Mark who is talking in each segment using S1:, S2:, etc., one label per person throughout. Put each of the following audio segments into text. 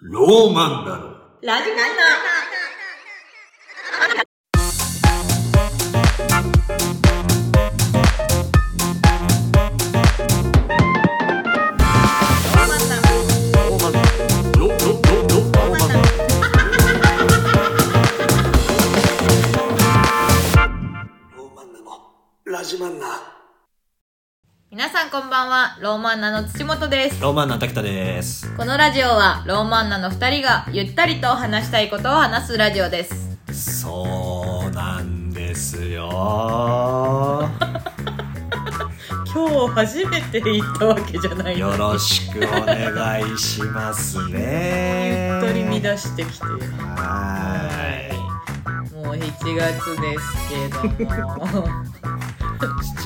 S1: ローマンだろ。
S2: ラジカン
S1: ロ、ロ、ロ、ロ、ローマンだローマンなの。ラジマンナ。
S2: 皆さんこんばんは、ローマンナの土本です。
S3: ロマンの滝田です。
S2: このラジオは、ローマンナの二人がゆったりと話したいことを話すラジオです。
S3: そうなんですよ。
S2: 今日初めて行ったわけじゃない
S3: よろしくお願いしますね。
S2: してきて。
S3: は
S2: もう7月ですけども。
S3: ー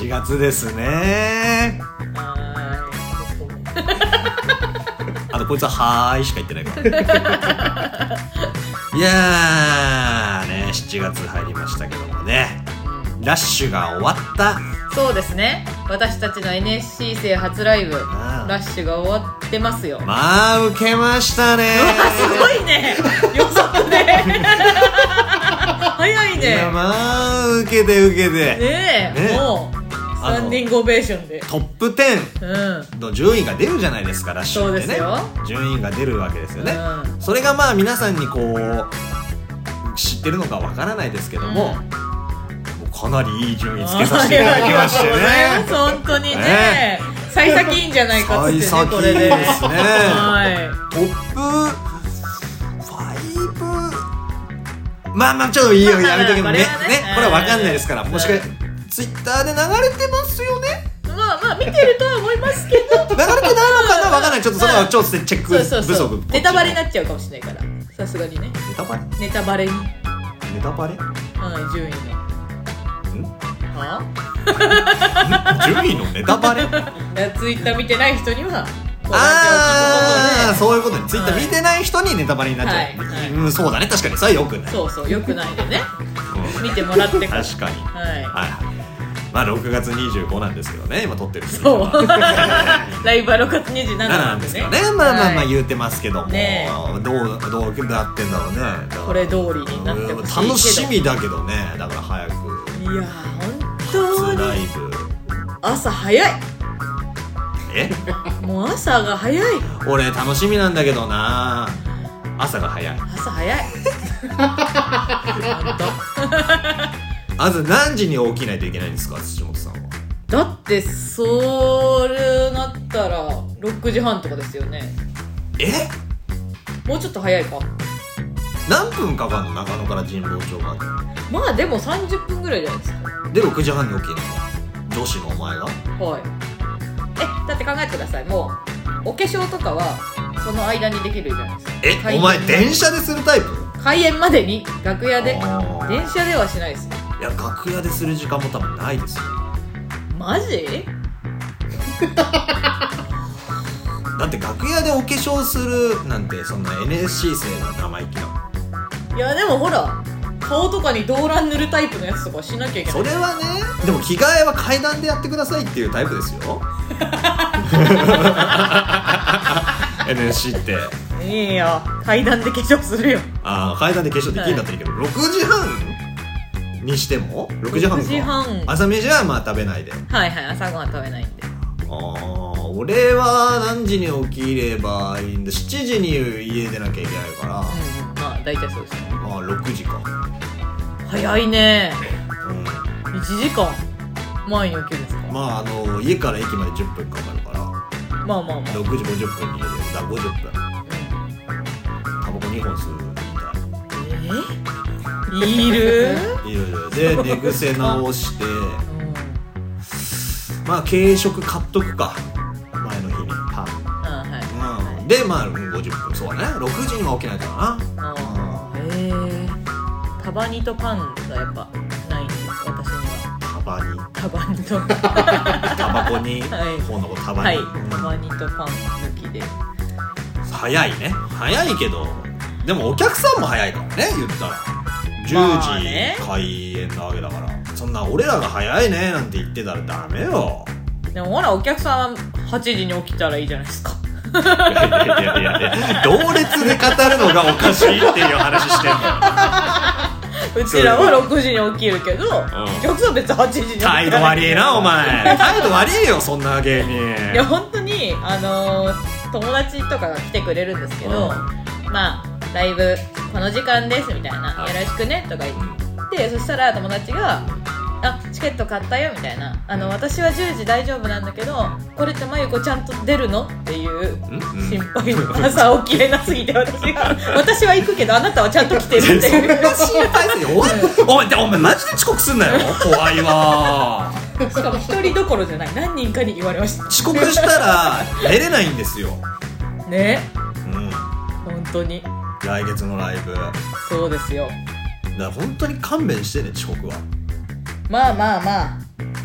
S3: い。7月ですね。
S2: は
S3: あとこいつははーいしか言ってない から。いやーね、7月入りましたけどもね。
S2: ーい。
S3: ラッシュが終わった。
S2: そうですね私たちの NSC 生初ライブ
S3: ああ
S2: ラッシュが終わってますよ、
S3: まあ、受けましたね。
S2: うわすごいね予 測ね早い
S3: いや、
S2: ね
S3: まあ、受けて受けて。
S2: ねえ
S3: ね
S2: もうスタンディングオベーションで
S3: トップ10
S2: うんうん
S3: の順位が出るじゃないですか、ラッシュって
S2: そうです
S3: ね
S2: よ。
S3: 順位が出るわけですよね。それがまあ皆さんにこう、知ってるのかわからないですけども、もうかなりいい順位つけさせていただきましてね。
S2: ありがとうございます本当にね
S3: ね
S2: 幸先いいんじゃないかっつってね
S3: 幸先
S2: これ
S3: い
S2: で
S3: いですね
S2: は
S3: トップ5、まあまあちょっといいよ、やめとけもね。ね
S2: まあまあまあこれはね、
S3: これはわかんないですから、
S2: うん
S3: もしかツイッターで流れてますよね
S2: いまあまあ見てるとは思いますけど
S3: 流れてないのかなわかんない。ちょっとそれはちょっとチェック
S2: そ
S3: 不足。
S2: うそうそう
S3: こっちの
S2: ネタバレになっちゃうかもしれないからさすがにね
S3: ネタバレ
S2: ネタバレにうん
S3: ネタバレ
S2: 順位のは
S3: 順位のネタバレあ
S2: ツイッター見てない人には
S3: あー
S2: う
S3: そういうことねツイッター
S2: はい
S3: 見てない人にネタバレになっちゃう、
S2: はいはい
S3: うん、そうだね確かにそれはよくない、
S2: そうそうよくないでね
S3: うん
S2: 見てもらってから
S3: 確かに
S2: は
S3: はいはいまあ6月25なんですけどね今撮ってる
S2: い
S3: 日
S2: そう
S3: 7
S2: ライブは6月27
S3: な
S2: なん
S3: んで
S2: ですす
S3: け
S2: ね
S3: どねまあまあまあ
S2: う
S3: 言うてますけども、
S2: ね
S3: どうどうなってんだろうねだから
S2: これ通りになってほしいけど
S3: うん楽しみだけどねだから早く
S2: いや本
S3: 初
S2: 当
S3: ライ
S2: に
S3: ブ
S2: 朝早い
S3: え
S2: もう朝が早い
S3: 俺楽しみなんだけどな朝が早い
S2: 朝 早い本
S3: まず何時に起きないといけないんですか土本さんは
S2: 当だってそれなったら6時半とかですよね
S3: え
S2: もうちょっと早いか
S3: 何分かかんの中野から神保町ま
S2: まあでも30分ぐらいじゃないですか
S3: でで6時半に起きるの女子のお前が
S2: はい。え、だって考えてください。もう、お化粧とかは、その間にできるじゃないですか。
S3: え
S2: 開演
S3: お前電車でするタイプ
S2: 開演までに、楽屋で。
S3: あー
S2: 電車ではしないですよ。
S3: いや楽屋でする時間も多分ないですよ
S2: マジ
S3: だって楽屋でお化粧するなんてそんな NSC 生が生意気ない
S2: や、でもほら、顔とかに動乱塗るタイプのやつとかはしなきゃいけない。
S3: それはねでも着替えは階段でやってくださいっていうタイプですよ NSC って
S2: いいよ。階段で化粧するよ。
S3: あー階段で化粧できるんだったらいいけど、6時半にしても6時半
S2: 6時
S3: か
S2: 半
S3: 朝飯はまあ食べないで
S2: はいはい、朝ごはん食べないんで。
S3: ああ俺は何時に起きればいいんだ7時に家出なきゃいけないから、
S2: うんうん。まあ、大体そうですね。
S3: まあ6時か
S2: 早いね。
S3: うん
S2: 1時間前に起きるんですか。ま
S3: まああの家から駅まで10分かかるから
S2: あまあまあ。うん
S3: 6時50分に家出るだから50分タバコ2本吸うみたい
S2: えい る
S3: いろいろで寝癖直して
S2: うん。
S3: まあ軽食買っとくか前の日にパン
S2: あはい。
S3: うんでまあうん50分そうだね6時には起きないからな
S2: ああへえタバニとパンがやっぱないんです私には
S3: タバ に
S2: タバニと
S3: タバコに
S2: はい
S3: 本の子タバ
S2: はい
S3: に、
S2: タバニとパン抜きで
S3: 早いね早いけどでもお客さんも早いからね言ったら
S2: まあね
S3: 10時開演なわけだから、そんな俺らが早いねなんて言ってたらダメよ
S2: でもほらお客さんは8時に起きたらいいじゃないですか
S3: いやいやいやいや同列で語るのがおかしいっていう話してんの
S2: うちらは6時に起きるけど、
S3: ん
S2: お客さん別に8時に起きて
S3: 態度悪いなお前態度悪いよそんな芸
S2: いや
S3: 人
S2: 本当にあのー友達とかが来てくれるんですけど、
S3: うん
S2: まあライブこの時間ですみたいな、
S3: はい
S2: よろしくねとか言ってそしたら友達が「あチケット買ったよ」みたいなあの「私は10時大丈夫なんだけどこれってまゆこちゃんと出るの?」っていう
S3: うん
S2: 心配朝起きれなすぎて私が「私は行くけどあなたはちゃんと来てる」 って
S3: そん
S2: いう
S3: な心配するおいお前お前マジで遅刻すんなよ怖いわ
S2: しかも一人どころじゃない何人かに言われました
S3: 遅刻したら出れないんですよ、
S2: ね
S3: うん、
S2: 本当に
S3: 来月のライブだか
S2: そうですよ
S3: ら本当に勘弁してね遅刻は
S2: まあまあまあ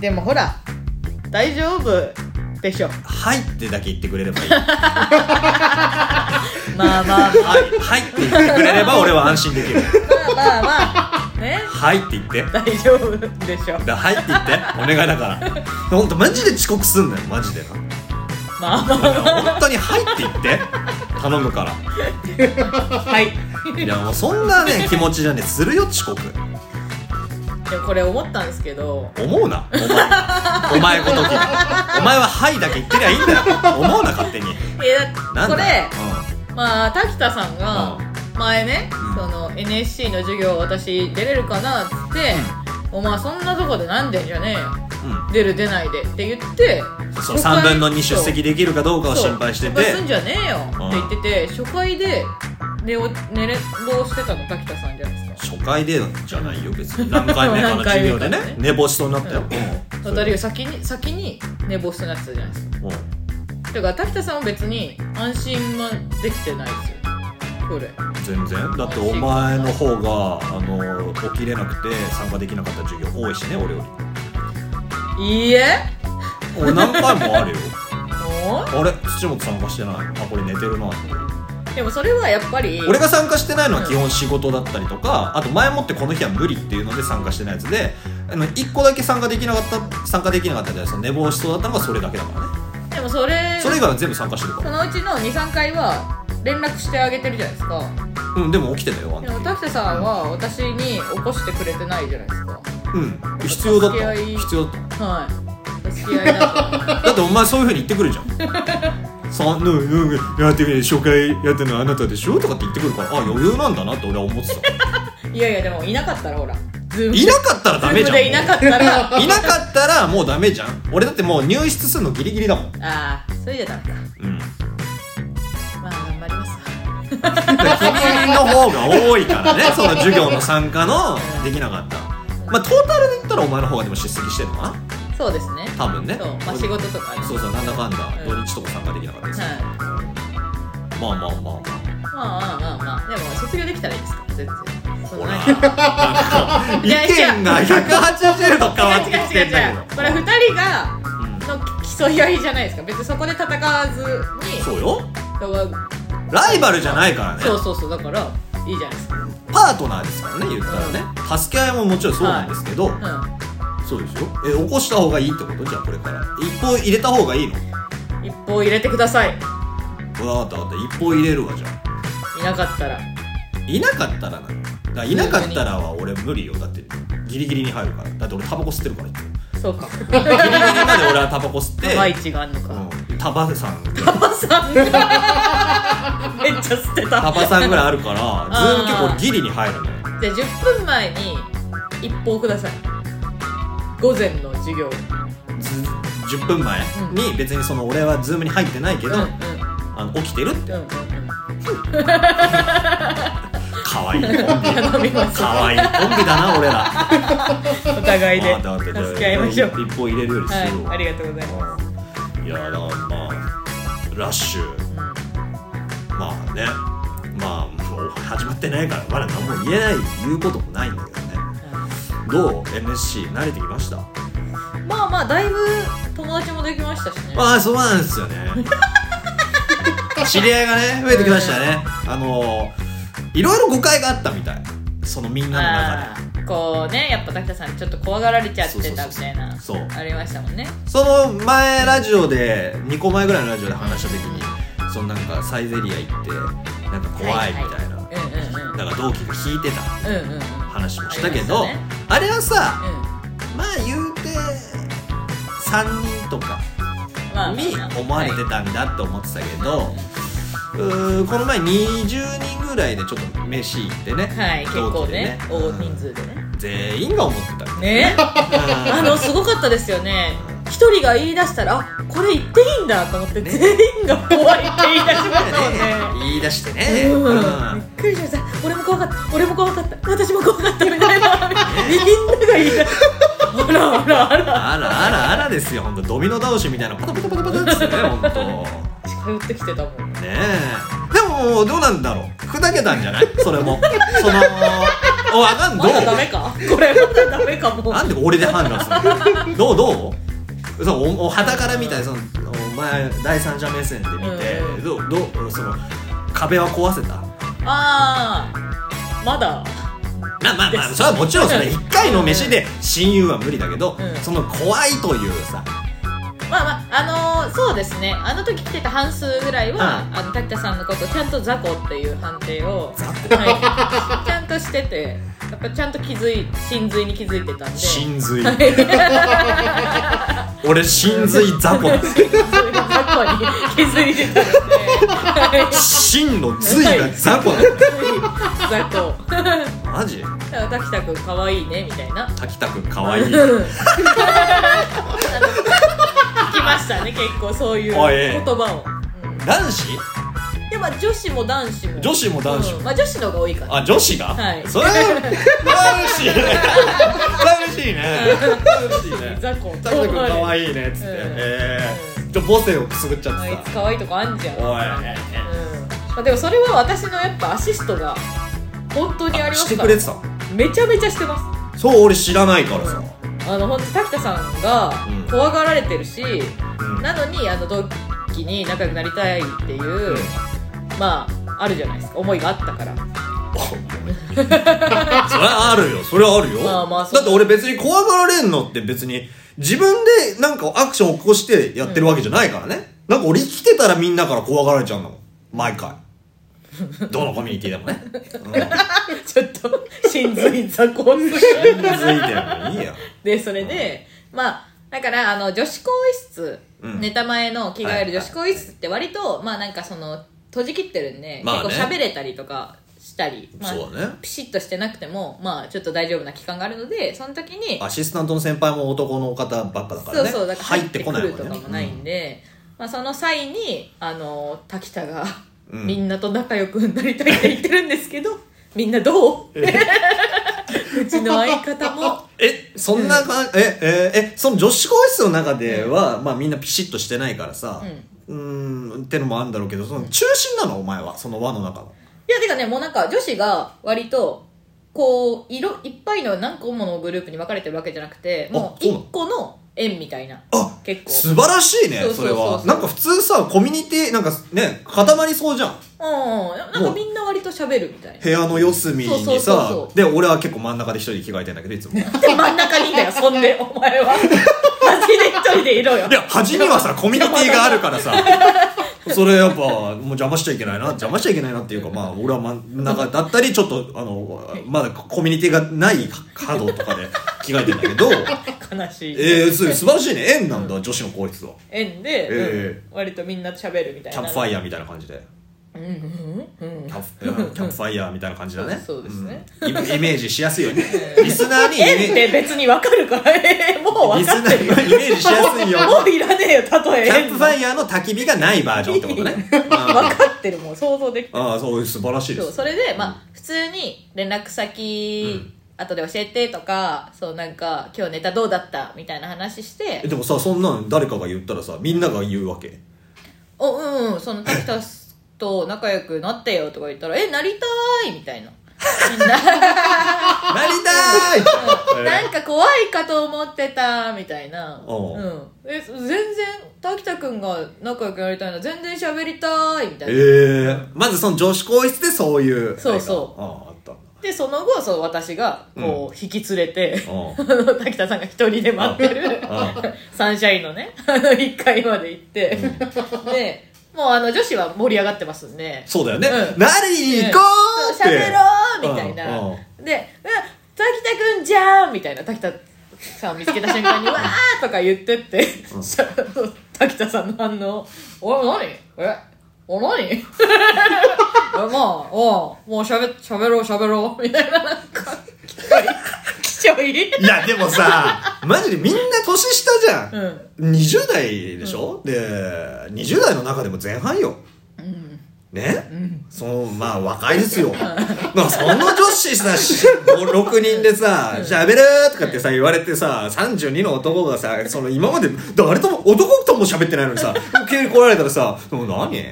S2: でもほら大丈夫でしょ
S3: 「はい」ってだけ言ってくれればいい「は
S2: まあまあまあ
S3: い」はいって言ってくれれば俺は安心できる
S2: まあまあまあね
S3: 「はい」って言って
S2: 大丈夫でしょ
S3: だはいって言ってお願いだからほんとマジで遅刻すんなよマジでな
S2: まあまあ
S3: 本当に「はい」って言って頼むから
S2: はい
S3: いやもうそんなね気持ちじゃねするよ遅刻
S2: でもこれ思ったんですけど
S3: 思うなお前お前ごときにお前は「はい」だけ言ってりゃいいんだよ思うな勝手に
S2: えだ
S3: なん
S2: こ
S3: だ
S2: れ
S3: よ、
S2: まあ滝田さんが前ね、
S3: うん
S2: その NSC の授業私出れるかなっつって、お前そんなとこでなんでんじゃねえよ
S3: うん、うん
S2: 出る出ないでって言って
S3: そう3分の2出席
S2: で
S3: できるかどうかを心配して
S2: そう心配
S3: て
S2: すんじゃねえよって言ってて、初回で寝を寝れ坊してたの滝田さんじゃないですか
S3: 初回でじゃないよ別に何回目かの
S2: 何
S3: 授
S2: 回目
S3: 業
S2: か
S3: で
S2: ね
S3: ね寝坊しそうになったよ、
S2: う
S3: うん
S2: 渡りが先に先に寝坊してなってたじゃないですか
S3: うん
S2: だから滝田さんは別に安心はできてないですよこれ
S3: 全然だってお前の方があの起きれなくて参加できなかった授業多いしね俺よ
S2: いいえ
S3: り俺何回もあるよ
S2: も
S3: あれ土本参加してないあこれ寝てるな
S2: うでもそれはやっぱり
S3: 俺が参加してないのは基本仕事だったりとかあと前もってこの日は無理っていうので参加してないやつであの1個だけ参加できなかった参加できなかったじゃないですか寝坊しそうだったのがそれだけだからね
S2: でもそれ
S3: それ以外は全部参加してるか
S2: そ
S3: ら
S2: のうちの23回は連絡してあげてるじゃないですか
S3: うんでも起きてたよあ
S2: でも
S3: の時
S2: 滝田さんは私に起こしてくれてないじゃないですか
S3: うん必要だっ
S2: 付き
S3: た
S2: 合い
S3: 必要だっ
S2: はい付き合いだと
S3: ただってお前そういうふうに言ってくるじゃんそんなうんうんやってみる紹介やってるのはあなたでしょとかって言ってくるからあ余裕なんだなって俺は思ってた
S2: いやいやでもいなかったらほらズーム
S3: いなかったらダメじゃん
S2: ズーム でいなかっ たらあ
S3: いなかったらもうダメじゃん俺だってもう入室するのギリギリだもん
S2: あーそれじゃダメか
S3: うん
S2: まあ頑張りますわ
S3: 君の方が多いからねその授業の参加のできなかったまあトータルで言ったらお前の方がでも出席してるのかな
S2: そうですね
S3: 多分ね
S2: そうまあ仕事とかね
S3: そうそうなんだかんだ土
S2: うん
S3: 日とか参加できなかったです、
S2: はい
S3: まあまあまあま
S2: まあまあまあまあでも卒業できたらいいですから全然
S3: あ
S2: そん
S3: ほ
S2: な
S3: ら なんか意見が180度変わって
S2: 違
S3: き
S2: う違う
S3: てん
S2: 違う
S3: だ
S2: 違う
S3: けど
S2: これ二人が
S3: うん
S2: の競い合いじゃないですか別にそこで戦わずに
S3: そうよ
S2: だから
S3: ライバルじゃないからね
S2: そうそうそうだからいいじゃないですか
S3: パートナーですからね言ったらね助け合いももちろんそうなんですけど、そうですよえ起こした方がいいってことじゃあこれから一方入れた方がいいの
S2: うん一報入れてください
S3: わかったわかった一方入れるわじゃあ
S2: いなかったら
S3: いなかったらなだからいなかったらは俺無理よだってギリギリに入るからだって俺タバコ吸ってる からいつも
S2: そうか
S3: ギリギリまで俺はタバコ吸って
S2: 毎日があんのか
S3: うんタバさん
S2: パパさんが めっちゃ捨てた
S3: タバさんぐらいあるからズーム結構ギリに入るのよ
S2: じゃあ10分前に一報ください午前の授業
S3: ず10分前に別にその俺はズームに入ってないけ
S2: う
S3: ど、
S2: んうん
S3: あの起きてるって
S2: う んうん
S3: 可 愛いコンビ
S2: 頼みます
S3: 可愛いコンビだな俺ら
S2: お互いで
S3: まあだって
S2: 助け合いましょう
S3: 一歩入れるよりする
S2: はい
S3: わ、
S2: ありがとうございま
S3: うんいやだからまあラッシュ
S2: す
S3: まあねまあもう始まってないからまだ何も言えない言うこともないんだけどねどう NSC 慣れてきました
S2: うんまあまあだいぶ友達もできましたしね
S3: ああそうなんですよね知り合いがね増えてきましたねあのいろいろ誤解があったみたいそのみんなの
S2: あ
S3: 中で
S2: ーこうねやっぱ滝田さんちょっと怖がられちゃってたみたいな
S3: そうそうそうそう
S2: ありましたもんね
S3: その前ラジオで2個前ぐらいのラジオで話した時にそのなんかサイゼリア行ってなんか怖いみたいな、
S2: うんうんうん
S3: だから同期が引いてた
S2: うんうんうん
S3: 話もしたけど
S2: あ
S3: あ
S2: りまし
S3: れはさ
S2: うん
S3: まあ言うて3人とか
S2: まあ
S3: に思われてたんだって思ってたけど、
S2: は
S3: うーんこの前20人ぐらいでちょっと飯行ってね、
S2: はい結構
S3: 同期で
S2: ね大人数でね
S3: 全員が思ってた
S2: ねあのすごかったですよね一人が言い出したらあこれ言っていいんだと思って、
S3: ね
S2: 全員が怖いって言い出しましたもんね
S3: ね言い出してね、
S2: うん
S3: うん
S2: びっくりしました俺も怖かった俺も怖かった私も怖かったみたいなみんなが言い出したあらあらあら
S3: あらあらあらですよ本当ドミノ倒しみたいなパタパタパタパタっつってね本当
S2: 近寄ってきてたもん
S3: ねえでもどうなんだろう砕けたんじゃないそれもそのおあかんど
S2: ま
S3: う
S2: だダメかこれまだダメかも
S3: なんで俺で判断するの どうどうそうおお肌から見たいそのお前第三者目線で見て、
S2: うん
S3: どうどうその壁は壊せた
S2: ああまだ
S3: まあまあまあ
S2: です
S3: それはもちろんそれ1回の飯で親友は無理だけど、
S2: うん
S3: その怖いというさ
S2: まあまああのーそうですねあの時来てた半数ぐらいは、
S3: う
S2: あの滝田さんのことちゃんと雑魚っていう判定を、はい、ちゃんとしててやっぱちゃんと気づい真髄に気づいてたんで
S3: 真髄俺真髄雑 魚だ
S2: それが雑魚に気づいてたんで、はい、
S3: 真の髄が雑魚だ
S2: 雑魚だか
S3: マジ
S2: ら滝田君かわいいねみたいな
S3: 滝田君かわ いい
S2: うん聞きましたね結構そういう言
S3: おいええ
S2: 葉を、うん
S3: 男子
S2: いやまあ女子も男子も
S3: 女子も男子も
S2: うんまあ女子の方が多いから
S3: あ女子が、
S2: はい
S3: それは嬉しいね嬉しいね嬉しいね
S2: 雑魚
S3: 滝田君かわ
S2: い
S3: いいねっつって、
S2: うん
S3: えー、ちょ母性をくすぐっちゃっ
S2: あ
S3: て
S2: い
S3: さ
S2: つ可愛いとこあんじゃんうん
S3: お
S2: ま
S3: い、ええ
S2: あでもそれは私のやっぱアシストが本当にありま
S3: し
S2: す
S3: て
S2: か
S3: く
S2: ら
S3: れてたの
S2: めちゃめちゃしてます
S3: そう俺知らないからさ、
S2: あの本当滝田さんが
S3: うん
S2: 怖がられてるし
S3: うん
S2: なのにあの同期に仲良くなりたいっていうまああるじゃないですか思いがあったから
S3: それはあるよそれはあるよ、
S2: まあまあそう
S3: だって俺別に怖がられんのって別に自分でなんかアクションを起こしてやってるわけじゃないからね、なんか俺生きてたらみんなから怖がられちゃうの毎回どのコミュニティでもね、うん、気
S2: ちょっと真髄雑魚
S3: づいてるのにいいや
S2: でそれでまあだからあの女子更衣室、
S3: うん
S2: ネタ前の着替える女
S3: はい
S2: 子更衣室って割とまあなんかその閉じ切ってるんで、
S3: まあね
S2: 結構喋れたりとかしたり、まあ、
S3: そうだね
S2: ピシッとしてなくてもまあちょっと大丈夫な期間があるのでその時に
S3: アシスタントの先輩も男の方ばっかだから
S2: そう
S3: ね
S2: そうだから
S3: 入
S2: 入
S3: っ
S2: ってて
S3: こ
S2: く
S3: ない
S2: る
S3: も
S2: と
S3: ん
S2: か
S3: ね
S2: もないんで、まあ、その際にあの滝田が、
S3: うん
S2: みんなと仲良くなりたいって言ってるんですけどみんなどう うちの相方も
S3: えそんなか、えええその女子更衣室の中では、まあみんなピシッとしてないからさうーんってのもあるんだろうけどその中心なのお前はその輪の中の
S2: いや、てかね、もうなんか女子が割と、こう、色、いっぱいの何個ものグループに分かれてるわけじゃなくて、も
S3: あ
S2: う
S3: そうなの
S2: 一個の円みたいな。
S3: あ
S2: 結構
S3: 素晴らしいね
S2: そう
S3: そ
S2: そう
S3: れ
S2: そうそう
S3: はなんか普通さコミュニティなんかね固まりそうじゃん
S2: うんうん。なんかみんな割と喋るみたいな。
S3: 部屋の四隅にさ
S2: そうそうそうそう
S3: で俺は結構真ん中で一人で着替えてんだけどいつもい
S2: で、真ん中にいんだ よ、そんで、お前は。端で一人でいろよ。
S3: や端にはさコミュニティがあるからさそれやっぱもう邪魔しちゃいけないな邪魔しちゃいけないなっていうかまあ俺は真ん中だったりちょっとあのまだコミュニティがない角とかで着替えてんだけど
S2: 悲しい。
S3: えー、す素晴らしいね縁なんだ女子の皇室は
S2: 円で、
S3: ええ
S2: うん割とみんな喋るみたい
S3: キ
S2: な。
S3: ャンプファイヤ
S2: ヤ
S3: ーみたいな感じで
S2: ー。うんうんうん。
S3: キャンプキャンプファイヤーみたいな感じだね。
S2: そうそうですね
S3: うん。イイメージしやすいよね。リスナーにイメ
S2: 円って別に分かるから、えもう
S3: リ
S2: 分か
S3: ス
S2: っ
S3: ナ
S2: て
S3: ーに
S2: る
S3: イ
S2: よ。
S3: メージしやすいよ。
S2: もういらねえよ、たとえ
S3: キ
S2: 円
S3: ャンプファ
S2: イ
S3: イヤーの焚き火がないバージョンってことね。
S2: 分かってる、もう想像できてる
S3: ああ、そう、素晴らしいで
S2: そう
S3: す。
S2: それで、まあ普通に連絡先、
S3: うん
S2: 後で教えてとかそうなんか今日ネタどうだったみたいな話し
S3: え
S2: て
S3: でもさ、そんなの誰かが言ったらさ、みんなが言うわけ。
S2: 「おうんうんその滝田と仲良くなってよ」とか言ったら「えなりたい」みたいな。みんな
S3: なりたーい
S2: なんか怖いかと思ってたみたいな、
S3: おう
S2: うん、え全然滝田君が仲良くなりたいの全然喋りたいみたい
S3: え
S2: な、
S3: えまずその女子更衣室でそういう。
S2: そうそ
S3: ああ、あった。
S2: でその後そう私がこう引き連れて、
S3: う
S2: あの滝田さんが一人で待ってる
S3: ん。うん
S2: サンシャインのね、あの1階まで行って、で、もうあの女子は盛り上がってますんで
S3: そうだよね。
S2: うん
S3: 何に行こうって。
S2: 喋ろうみたいな、
S3: うんうん
S2: で「うん滝田くんじゃん」みたいな滝田さん見つけた瞬間に「わー」とか言ってって、
S3: うん
S2: さ滝田さんの反応「おい何えお何 えまあおうもうしゃべしゃべろうしゃべろう」みたい ななんかきちょいきちょい
S3: いや、でもさ、マジでみんな年下じゃん。
S2: うん
S3: 20代でしょ、で、20代の中でも前半よ。
S2: うん
S3: ね
S2: うん
S3: その、まあ若いですよ。 まあその女子さ、6人でさ、喋るとかってさ、言われてさ、32の男がさ、その今まで誰とも、男とも喋ってないのにさ、急に来られたらさ、もう 何
S2: いいじ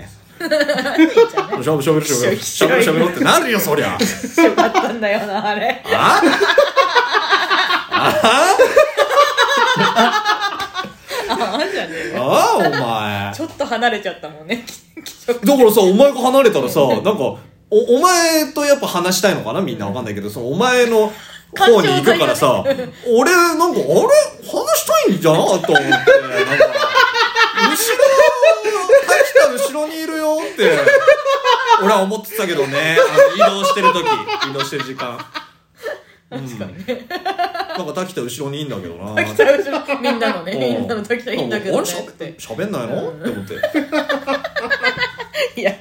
S2: ゃんね
S3: しゃぶしゃぶしゃぶしゃぶしゃぶってなるよ、そりゃ。
S2: よかったんだよなあれ
S3: ああ
S2: ああじゃねえよ
S3: ああお前。
S2: ちょっと離れちゃったもんねききちょい
S3: だからさ、お前が離れたらさ、なんか、お、お前とやっぱ話したいのかなみんなわかんないけど、そのお前の方に行くからさ、俺、なんか、あれ話したいんじゃなと思って、なんか、後ろ、秋田後ろにいるよって、 俺は思ってたけどね、あの移動してる時、移動してる時間。確かに、なんか滝田後ろにいいんだけどな
S2: 滝田後ろみんなのね
S3: うん
S2: みんなの滝田いいんだけど
S3: あ
S2: ね
S3: れ
S2: って
S3: 喋喋んないの、って思って。
S2: いや、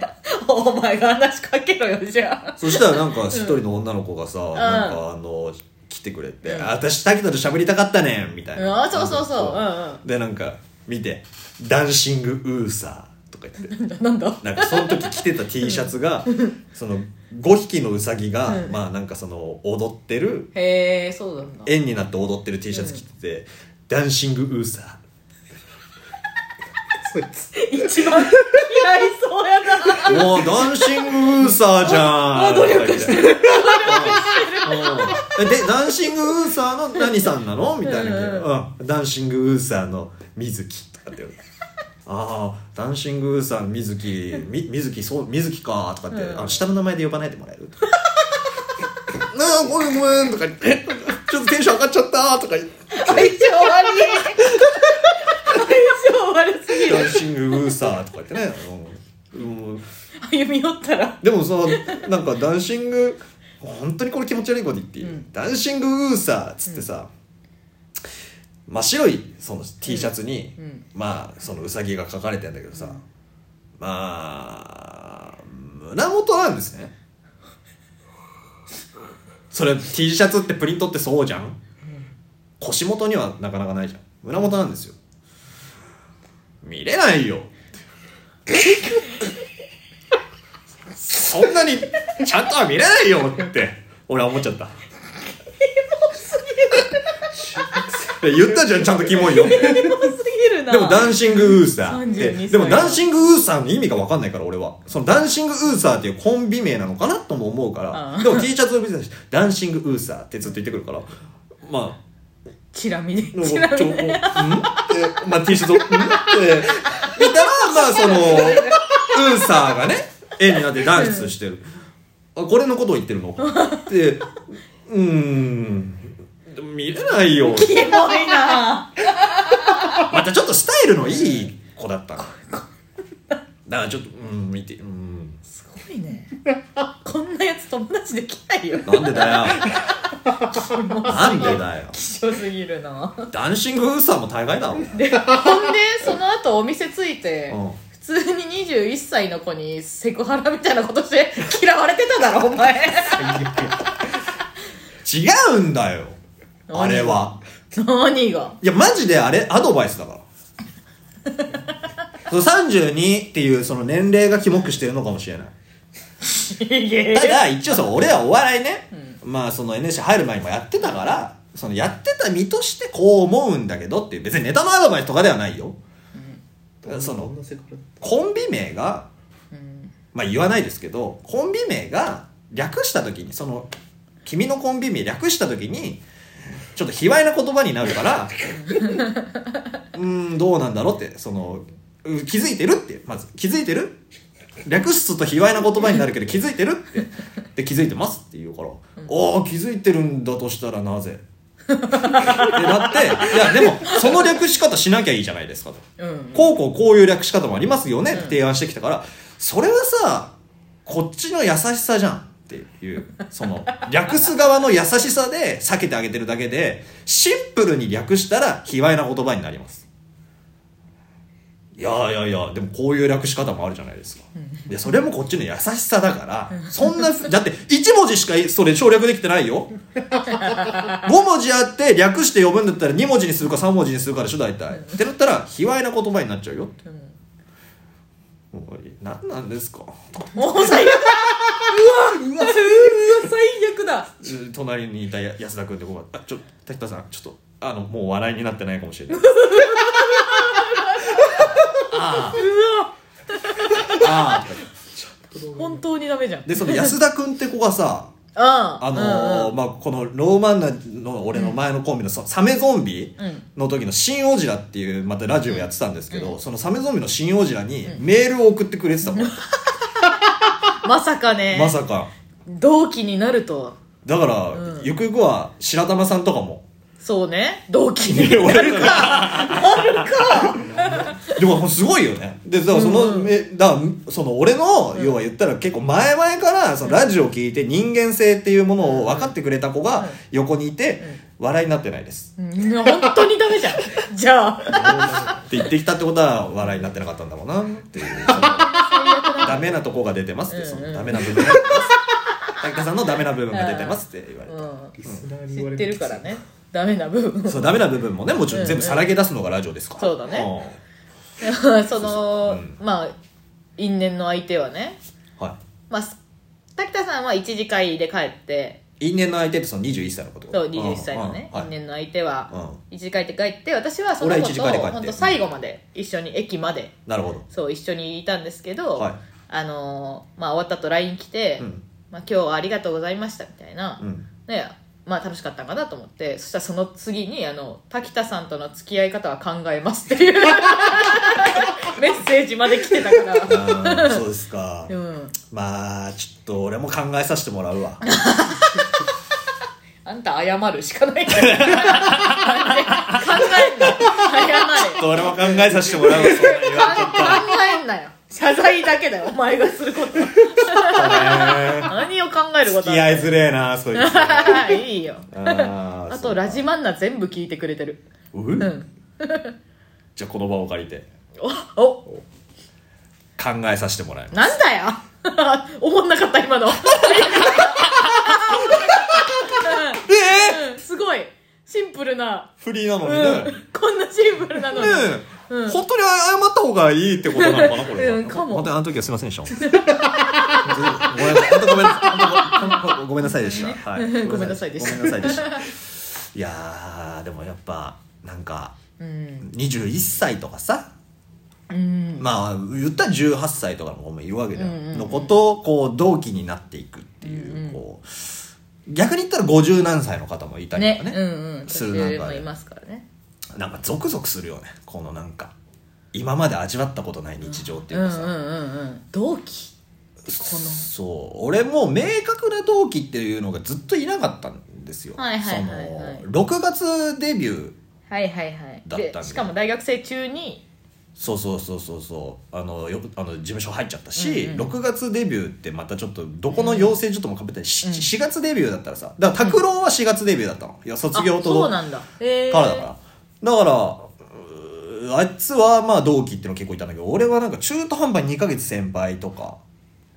S2: お前が話しかけろよ、じゃ
S3: そしたらなんか一人の女の子がさ、なんかあの来てくれて「あ私滝田と喋りたかったねん」みたい
S2: あ。
S3: な
S2: あ、そうそうそう。う
S3: でなんか見て「ダンシングウーサー」とか言って
S2: んうん。なんだ
S3: なんかその時着てた T シャツ がその5匹のウサギが、
S2: うん
S3: まあなんかその踊ってる
S2: へえ、そうなんだ。
S3: 円になって踊ってる T シャツ着てて「ダンシングウーサー」そいつ
S2: 一番嫌いそうやな。
S3: 「おーダンシングウーサーじゃん」
S2: あ努力して
S3: るうんで、ダンシングウーサーの何さんなのみたいな、
S2: うん
S3: うんダンシングウーサーの水木とかって言われて。ああ、ダンシングウーサーの水木、み水木、そう、水木か、とかって、
S2: うん
S3: あの下の名前で呼ばないでもら えるなあ、ごめんごめん、とか言って、ちょっとテンション上がっちゃった、とか言って、
S2: 相性悪い。相性悪すぎる
S3: ダン。シングウーサーとか言ってね。うんうん
S2: 歩み寄ったら。
S3: でもそのなんかダンシング本当にこれ気持ち悪いこと言っていい、
S2: うん
S3: ダンシングウーサーっつってさ、真っ白いその T シャツに、
S2: うんうん
S3: まあそのウサギが描かれてんだけどさ、まあ胸元なんですねそれ T シャツってプリントってそうじゃん腰元にはなかなかないじゃん胸元なんですよ見れないよそんなにちゃんとは見れないよって俺は思っちゃったキモすぎる言ったじゃんちゃんとキモいよ
S2: キモすぎるな。
S3: でもダンシングウーサー
S2: 32
S3: で
S2: 歳
S3: でもダンシングウーサーの意味が分かんないから俺はそのダンシングウーサーっていうコンビ名なのかなとも思うから
S2: うん
S3: でも T シャツを見てたしダンシングウーサーってずっと言ってくるからまあ
S2: チラ見で。
S3: なん
S2: チラ
S3: かちょ
S2: 見
S3: うんっ
S2: で。
S3: てまあ T シャツをうんって見たらまあそのウーサーがね絵になってダンスしてるあこれのことを言ってるのってうーんでも見れないよ
S2: キモいな。
S3: またちょっとスタイルのいい子だったのだからちょっとうん見てうん
S2: すごいね。こんなやつ友達できないよ。
S3: なんでだよなんでだよ
S2: 希少すぎるな。
S3: ダンシングウーサーも大概だろ
S2: でほんでその後お店ついて、
S3: うん
S2: 普通に21歳の子にセクハラみたいなことして嫌われてただろお前
S3: 違うんだよ
S2: 何
S3: あれは
S2: 何が
S3: いやマジであれアドバイスだからその32っていうその年齢がキモくしてるのかもしれない
S2: いや
S3: ただ一応さ俺らお笑いね、まあその NSC 入る前にもやってたからそのやってた身としてこう思うんだけどっていう別にネタのアドバイスとかではないよ、そのコンビ名が
S2: うん
S3: まあ言わないですけどコンビ名が略した時にその君のコンビ名略した時にちょっと卑猥な言葉になるからう ーんどうなんだろうってそのう気づいてるってまず気づいてる略すと卑猥な言葉になるけど気づいてるってで気づいてますって言うから、ああ気づいてるんだとしたらなぜってなって、いや、でも、その略し方しなきゃいいじゃないですかと。
S2: うん
S3: こうこうこういう略し方もありますよねって提案してきたから、それはさ、こっちの優しさじゃんっていう、そ の、略す側の優しさで避けてあげてるだけで、シンプルに略したら卑猥な言葉になります。いやいやいや、でもこういう略し方もあるじゃないですか。で、それもこっちの優しさだから、そんなふ、だって1文字しかそれ省略できてないよ。5文字あって略して呼ぶんだったら2文字にするか3文字にするかでしょ大体ってなったら卑猥な言葉になっちゃうよって、もう何なんですか
S2: もう最悪だうわうわうわ最悪だ
S3: う隣にいたや安田君でこうあちょ滝田さんちょっとあのもう笑いになってないかもしれない ああ ああ
S2: 本当にダメじゃん
S3: でその安田君って子がさ
S2: あ
S3: あのーまあ、このローマンナの俺の前のコンビのそサメゾンビ
S2: うん
S3: の時の「新オジラ」っていうまたラジオやってたんですけど、そのサメゾンビの「新オジラ」にメールを送ってくれてたもん、
S2: まさか ね
S3: まさか
S2: 同期になるとは
S3: だから、
S2: うん
S3: ゆくゆくは白玉さんとかも
S2: そうね同期に
S3: 俺かでもすごいよねでだからその,め、だからその俺の要は言ったら結構前々からそのラジオを聞いて人間性っていうものを分かってくれた子が横にいて、笑いになってないです
S2: うん本当にダメじゃんじゃあ
S3: って言ってきたってことは笑いになってなかったんだろうなっていうその ダメなとこが出てますってそ
S2: うんう
S3: の
S2: ん
S3: ダメな部分が出てます滝田さんのダメな部分が出てますって言われて
S2: うん
S4: リスナーに
S2: 知
S4: 言わ
S2: っ
S4: れ
S2: てるからねダメな部分
S3: そうダメな部分もねもちろ
S2: うんん
S3: 全部さらけ出すのがラジオですから
S2: そうだねその
S3: う
S2: まあ因縁の相手はね
S3: うんは
S2: まあす滝田さんは一次会で帰って
S3: い因縁の相手ってその21歳のこと
S2: そう21歳のね
S3: うんうん
S2: 因
S3: はい
S2: 縁の相手は
S3: うん
S2: 一次会で帰って私はその
S3: 俺は
S2: 子
S3: 一次
S2: と
S3: 会で帰って
S2: 本当最後まで一緒に駅まで
S3: なるほど
S2: そう一緒にいたんですけど、
S3: はい
S2: あのーまあ、終わった後 LINE 来て、
S3: うん
S2: まあ、今日はありがとうございましたみたいな、
S3: うん
S2: でまあ楽しかったんかなと思ってそしたらその次にあの「滝田さんとの付き合い方は考えます」っていう メッセージまで来てたから。
S3: あ ーそうですか
S2: うん、
S3: まあちょっと俺も考えさせてもらうわ
S2: あんた謝るしか ないから考えんな謝れ
S3: 俺も考えさせてもらうわそんな言われちゃっ
S2: 考えんなよ謝罪だけだよお前がすること
S3: た ね
S2: 何を考えること
S3: 付き合いづれえな そいつ
S2: いいよ
S3: あー
S2: あとラジマンナ全部聞いてくれてる
S3: うん
S2: うん
S3: じゃあこの場を借りて
S2: おお
S3: 考えさせてもらいます
S2: なんだよ 思んなかった 今のう
S3: ええ
S2: んすごいシンプルな、
S3: フリーなの
S2: う
S3: にね、
S2: ん、こんなシンプルなのに、
S3: ねえ、
S2: うん
S3: 本当に謝った方がいいってことなのかなこれは、
S2: うんかも
S3: 本当にあの時はすいませんで した本当に本当ごめん本当ごごめんなさいでした、はい、
S2: ごめんなさいでした
S3: ごめんなさいでしたいやーでもやっぱなんか
S2: うん
S3: 21歳とかさ
S2: うん
S3: まあ言ったら18歳とかの子もいるわけじゃん,、
S2: うんうんうん
S3: のことをこう同期になっていくっていう,、こう逆に言ったら50何歳の方もいたり
S2: ね
S3: とかね
S2: うんうん
S3: する
S2: 年
S3: 中で
S2: 上もいますからね
S3: なんかゾクゾクするよねこのなんか今まで味わったことない日常っていううん
S2: う
S3: か
S2: ん
S3: さ、
S2: うんうん同期この
S3: そう俺も明確な同期っていうのがずっといなかったんですよ、
S2: はいはいはいはい
S3: その6月デビュー
S2: はいはいはい
S3: だったみたい
S2: でしかも大学生中に
S3: そうそうそうそうそうあのよあの事務所入っちゃったし、
S2: うんうん
S3: 6月デビューってまたちょっとどこの養成所ともかぶって、し 4, 月デビューだったらさだから拓郎は4月デビューだったのいや卒業
S2: あ
S3: と
S2: そうなんだへえ
S3: からだからだからうーあいつはまあ同期っていうの結構いたんだけど俺はなんか中途半端に2ヶ月先輩とか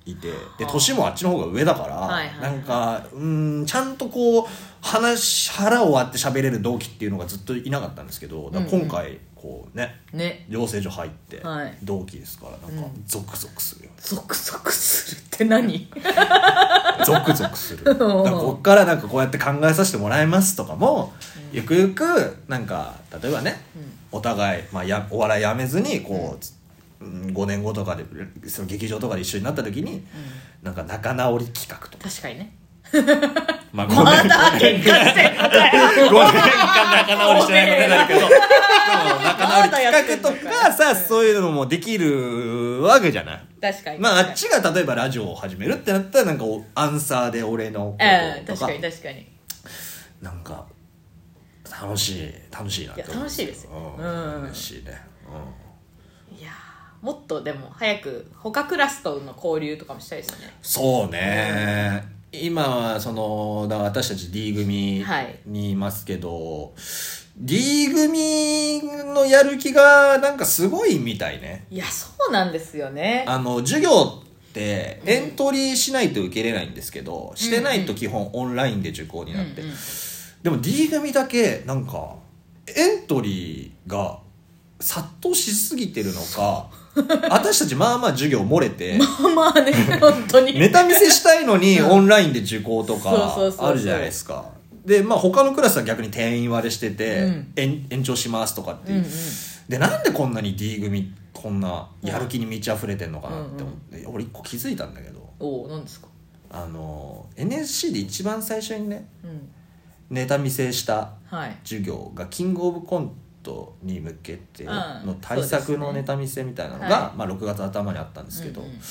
S3: いてで年もあっちの方が上だから、
S2: はいはい
S3: なんかうーんちゃんとこう話腹を割って喋れる同期っていうのがずっといなかったんですけどだから今回こうね
S2: ね
S3: 養成所入って
S2: はい
S3: 同期ですからなんかゾクゾクするよね
S2: ゾクゾクするっ て何
S3: ゾクゾクす るだからこっからなんかこうやって考えさせてもらいますとかも、ゆくゆくなんか例えばね、お互い、まあ、やお笑いやめずにこう、うん、5年後とかでその劇場とかで一緒になった時に、なんか仲直り企画とか、
S2: 確かにね
S3: まあ、5
S2: まだ
S3: 年
S2: 喧嘩してんのか
S3: 5年
S2: よ
S3: 間仲直りしてないことになるけどでも仲直り企画とかさそういうのもできるわけじゃない。
S2: 確かに
S3: まあ、あっちが例えばラジオを始めるってなったらなんかおアンサーで俺のこ
S2: うん
S3: とと
S2: 確
S3: か
S2: かに確かに
S3: なんか楽しい楽しいなって
S2: いや楽しいですよ
S3: う
S2: うん
S3: ん嬉しいねうん
S2: いやーもっとでも早く他クラスとの交流とかもしたいですよね
S3: そうね、今はそのだから私たち D 組
S2: はい
S3: にいますけど、D 組のやる気がなんかすごいみたいね
S2: いやそうなんですよね
S3: あの授業ってエントリーしないと受けれないんですけど、してないと基本オンラインで受講になって、
S2: うんうん
S3: でも D 組だけなんかエントリーが殺到しすぎてるのか私たちまあまあ授業漏れて
S2: まあね本当に、
S3: ネタ見せしたいのにオンラインで受講と
S2: そうそうそうそう
S3: かあるじゃないですか。で、まあ他のクラスは逆に定員割れしてて、
S2: うん
S3: 延延長しますとかって
S2: う
S3: い
S2: ん
S3: う、
S2: うん、
S3: で、なんでこんなに D 組こんなやる気に満ち溢れてんのかなって思って、俺一個気づいたんだけど、
S2: おお何ですか、
S3: あの、NSC で一番最初にね、
S2: うん、
S3: ネタ見せした
S2: はい
S3: 授業がキングオブコントに向けて
S2: う
S3: の
S2: ん
S3: 対
S2: そう
S3: 策
S2: です
S3: の
S2: ね
S3: ネタ見せみたいなのが、
S2: は
S3: まあ6月頭にあったんですけど、
S2: うんうん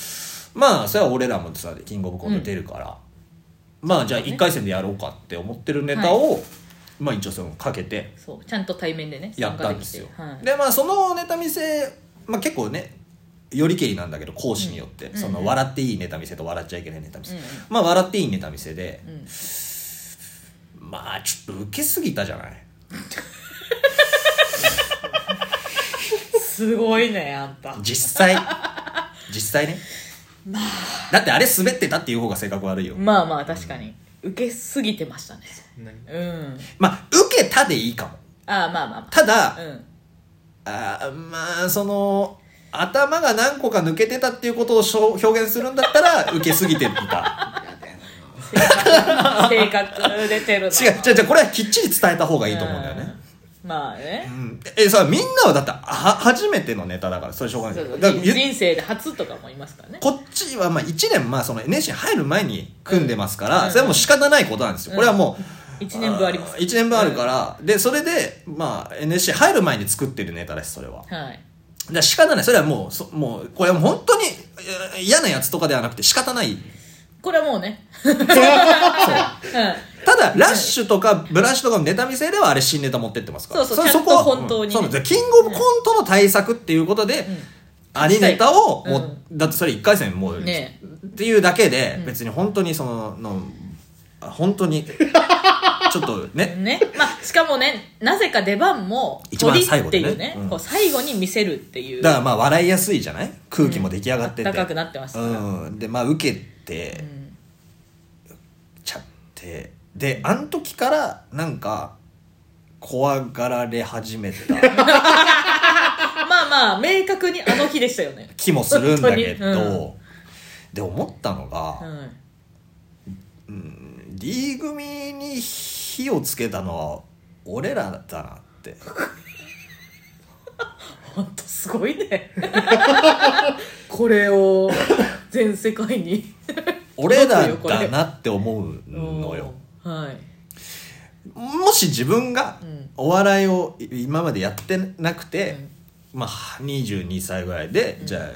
S3: まあそれは俺らもさキングオブコント出るから、まあじゃあ1回戦でやろうかって思ってるネタを、まあ一応そのかけて
S2: そうちゃんと対面でね
S3: やったん
S2: 参加
S3: で
S2: き
S3: す
S2: て
S3: よ
S2: はい、
S3: でまあそのネタ見せ、まあ、結構ねよりけりなんだけど講師によって、
S2: ん
S3: そ
S2: うん
S3: の笑っていいネタ見せと笑っちゃいけないネタ見せ、
S2: うんうん
S3: まあ笑っていいネタ見せで、
S2: ん
S3: まあちょっと受けすぎたじゃない
S2: すごいねあんた
S3: 実際実際ねだってあれ滑ってたっていう方が性格悪いよ、
S2: まあまあ確かに受けすぎてましたね
S4: 何
S2: うん
S3: まあ受けたでいいかも
S2: ああまあまあま
S3: ただ、
S2: あうん
S3: あーまあその頭が何個か抜けてたっていうことをしょ表現するんだったら受けすぎてい た
S2: 性格出てるな
S3: 違う違う違うこれはきっちり伝えた方がいいと思うんだよね、
S2: うんまあ
S3: う
S2: ね
S3: ん、えさみんなはだってあは初めてのネタだからそれしょうがない
S2: そうそう
S3: だからゆ
S2: 人生で初とかもいますからね
S3: こっちはまあ1年まあその NSC 入る前に組んでますから、
S2: うん
S3: それはもう仕方ないことなんですよ、これはもう
S2: 1年分あります
S3: 1年分あるから、でそれでまあ NSC 入る前に作ってるネタですそれは
S2: はい
S3: だから仕方ないそれはもうそもうこれはもう本当にえー嫌なやつとかではなくて仕方ない
S2: これはもうね うん
S3: ただラッシュとかブラッシュとかのネタ見せではあれ新ネタ持ってってますから
S2: そうそう
S3: れ
S2: ちゃんと
S3: こは
S2: 本当
S3: う
S2: にね
S3: んそうなんですよキングオブコントの対策っていうことで、アニネタをもう、だってそれ1回戦もう、
S2: ね
S3: っていうだけで、別に本当にそののあ本当に ちょっとね
S2: ねまあしかもねなぜか出番も
S3: 一番
S2: 鳥
S3: 最後
S2: って
S3: で
S2: い
S3: ね
S2: うね
S3: うん
S2: こう最後に見せるっていう
S3: だからまあ笑いやすいじゃない空気も出来上がってて、
S2: うん暖かくなってましたから
S3: うん、でまあ受けて、ちゃってであの時からなんか怖がられ始めた
S2: まあまあ明確にあの日でしたよね
S3: 気もするんだけ
S2: 本当に
S3: ど、で思ったの
S2: う
S3: が、
S2: ん
S3: D 組に火をつけたのは俺らだなって
S2: ほんとすご いねこれを全世界に
S3: 俺らだなって思うのよ。
S2: はい
S3: もし自分が
S2: ん
S3: お笑いを今までやってなくて、まあ22歳ぐらいで、じゃあ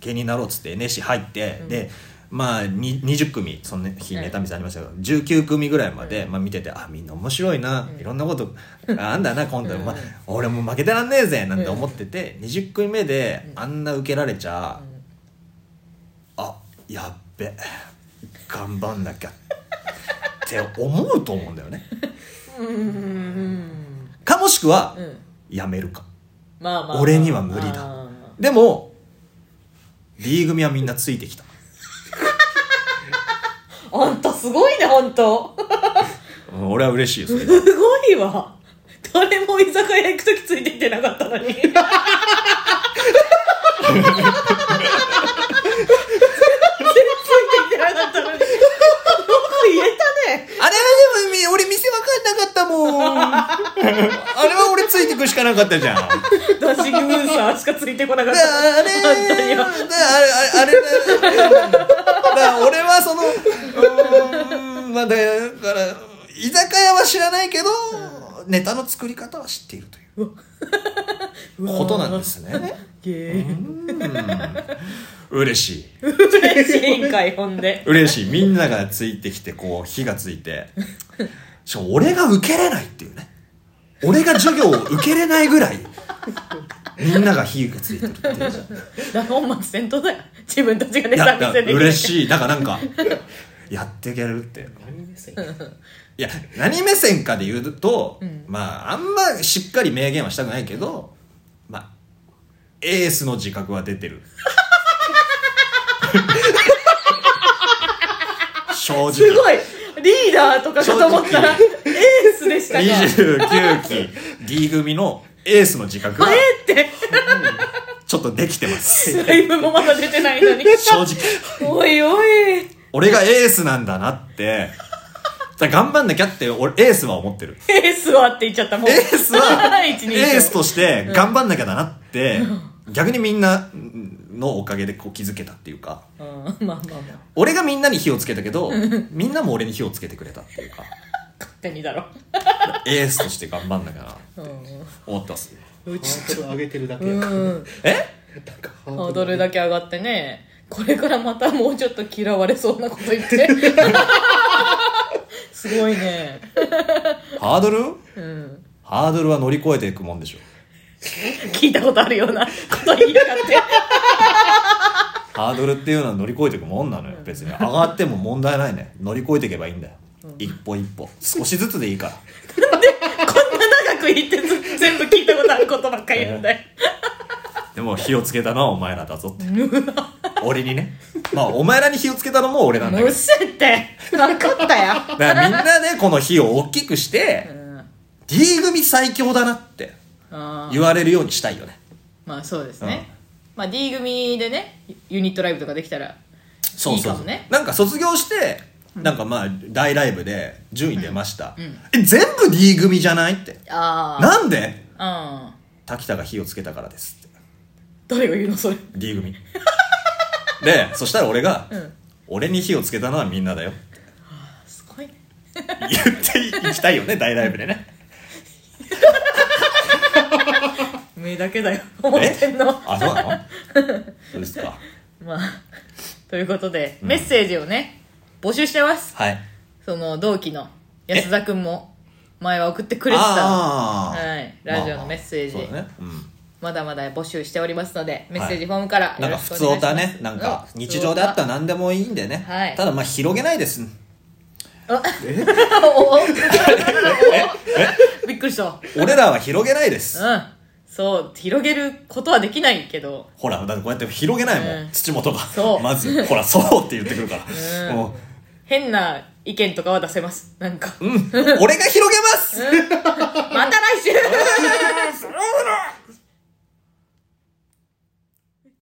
S3: 芸人になろうっつって NSC 入って、でまあに20組その日
S2: うん
S3: ネタ見せありましたけど、19組ぐらいまで、まあ、見ててあみんな面白いな、いろんな ことああんだな今度、まあ、俺も負けてらんねえぜなんて思ってて、20組目であんな受けられちゃ、あやっべ頑張んなきゃって思うと思うんだよね。かもしくは、
S2: うん
S3: やめるか
S2: まあまあまあ
S3: 俺には無理だ
S2: あ
S3: でも D 組はみんなついてきた
S2: ーあんたすごいねほんと
S3: うん俺は嬉しいよそれが
S2: すごいわ誰も居酒屋行く時ついてきてなかったのに全然ついてきてなかったのによく言えたね
S3: あれはでもみ俺店分かんなかったもんあれは俺ついてくしかなかったじゃんあれ
S2: ダッシングムーンサーしかついてこなかった
S3: あれ
S2: あんたには
S3: あれあれあれだだから俺はそのうーんまあだから居酒屋は知らないけどネタの作り方は知っているということなんですね
S2: ゲー
S3: 嬉しい
S2: 嬉しいんかいほんで
S3: 嬉しいみんながついてきてこう火がついてしかも俺が受けれないっていうね俺が授業を受けれないぐらいみんなが火がついてるっていうじゃん
S2: だ本末転倒だよ自分たちがネタ
S3: や
S2: 見せ
S3: だ
S2: できない
S3: 嬉しいだからなんかやっていけるって
S4: 何目線か
S3: いや何目線かで言うと、
S2: ん
S3: まああんましっかり明言はしたくないけどまあエースの自覚は出て る正直
S2: すごいリーダーとかかと思ったらエースでしたか
S3: 29期 D 組のエースの自覚は
S2: あえーって
S3: ちょっとできてます
S2: スライムもまだ出てないの に
S3: 正直
S2: おいおい
S3: 俺がエースなんだなってだから頑張んなきゃって俺エースは思ってる
S2: エースはって言っちゃったもん
S3: エースは
S2: 一人称
S3: エースとして頑張んなきゃだなって、逆にみんなのおかげでこう気づけたっていうか
S2: うんまあまあまあ
S3: 俺がみんなに火をつけたけどみんなも俺に火をつけてくれたっていうか
S2: 勝手にだろ
S3: エースとして頑張んなきゃな
S2: う
S3: 思ったっす
S4: うちょっと上げてるだけ
S2: ん、うん、
S3: え
S4: なんかハー
S2: 踊
S4: ドル
S2: るだけ上がってねこれからまたもうちょっと嫌われそうなこと言って すごいね
S3: ハードル
S2: うん
S3: ハードルは乗り越えていくもんでしょ
S2: 聞いたことあるような こと言いやがって
S3: ハードルっていうのは乗り越えていくもんなのよ別に上がっても問題ないね乗り越えていけばいいんだよ、一歩一歩少しずつでいいから
S2: こんな長く言ってず全部聞いたことあることばっかり言うんだよ
S3: でも火をつけたのはお前らだぞって俺にねまあお前らに火をつけたのも俺なんだけ
S2: う
S3: ど
S2: るせえってなかったよ、
S3: だからみんなねこの火を大きくし
S2: う
S3: て
S2: ん、
S3: D 組最強だなって
S2: あー
S3: 言われるようにしたいよね
S2: まあそうですね、まあ D 組でねユニットライブとかできたら
S3: そう
S2: いい
S3: そう
S2: かもね
S3: なんか卒業してなんかまあ大ライブで順位出ました、
S2: うんうん
S3: え全部 D 組じゃないって
S2: あ
S3: なんで
S2: あうん
S3: 滝田が火をつけたからですって
S2: 誰が言うのそれ
S3: D 組 でそしたら俺が、
S2: うん
S3: 俺に火をつけたのはみんなだよ」
S2: すごいね
S3: 言っていきたいよね大ライブで ね
S2: 目だけだよ思ってんの
S3: あそう なのそうですか
S2: まあということで、メッセージをね募集してます
S3: はい
S2: その同期の安田君も前は送ってくれてた
S3: あー
S2: はいラジオのメッセージ
S3: まあまあそうだね、
S2: まだまだ募集しておりますのでメッセー
S3: は
S2: ジ
S3: い
S2: フォームから
S3: うん、なんか
S2: よろし
S3: 普
S2: くお
S3: 通
S2: 願い
S3: 歌
S2: します
S3: ねなんか
S2: うん
S3: 日常であ ったら何でもいいんでね、
S2: はい
S3: ただまあ広げないです
S2: おおびっくりした
S3: 俺らは広げないです、
S2: うんそう広げることはできないけど
S3: ほらだってこうやって広げないもん、
S2: うん
S3: 土本が
S2: そう
S3: まずほらそうって言ってくるから、も
S2: 変な意見とかは出せますなんか、
S3: ううん俺が広げます、
S2: また来週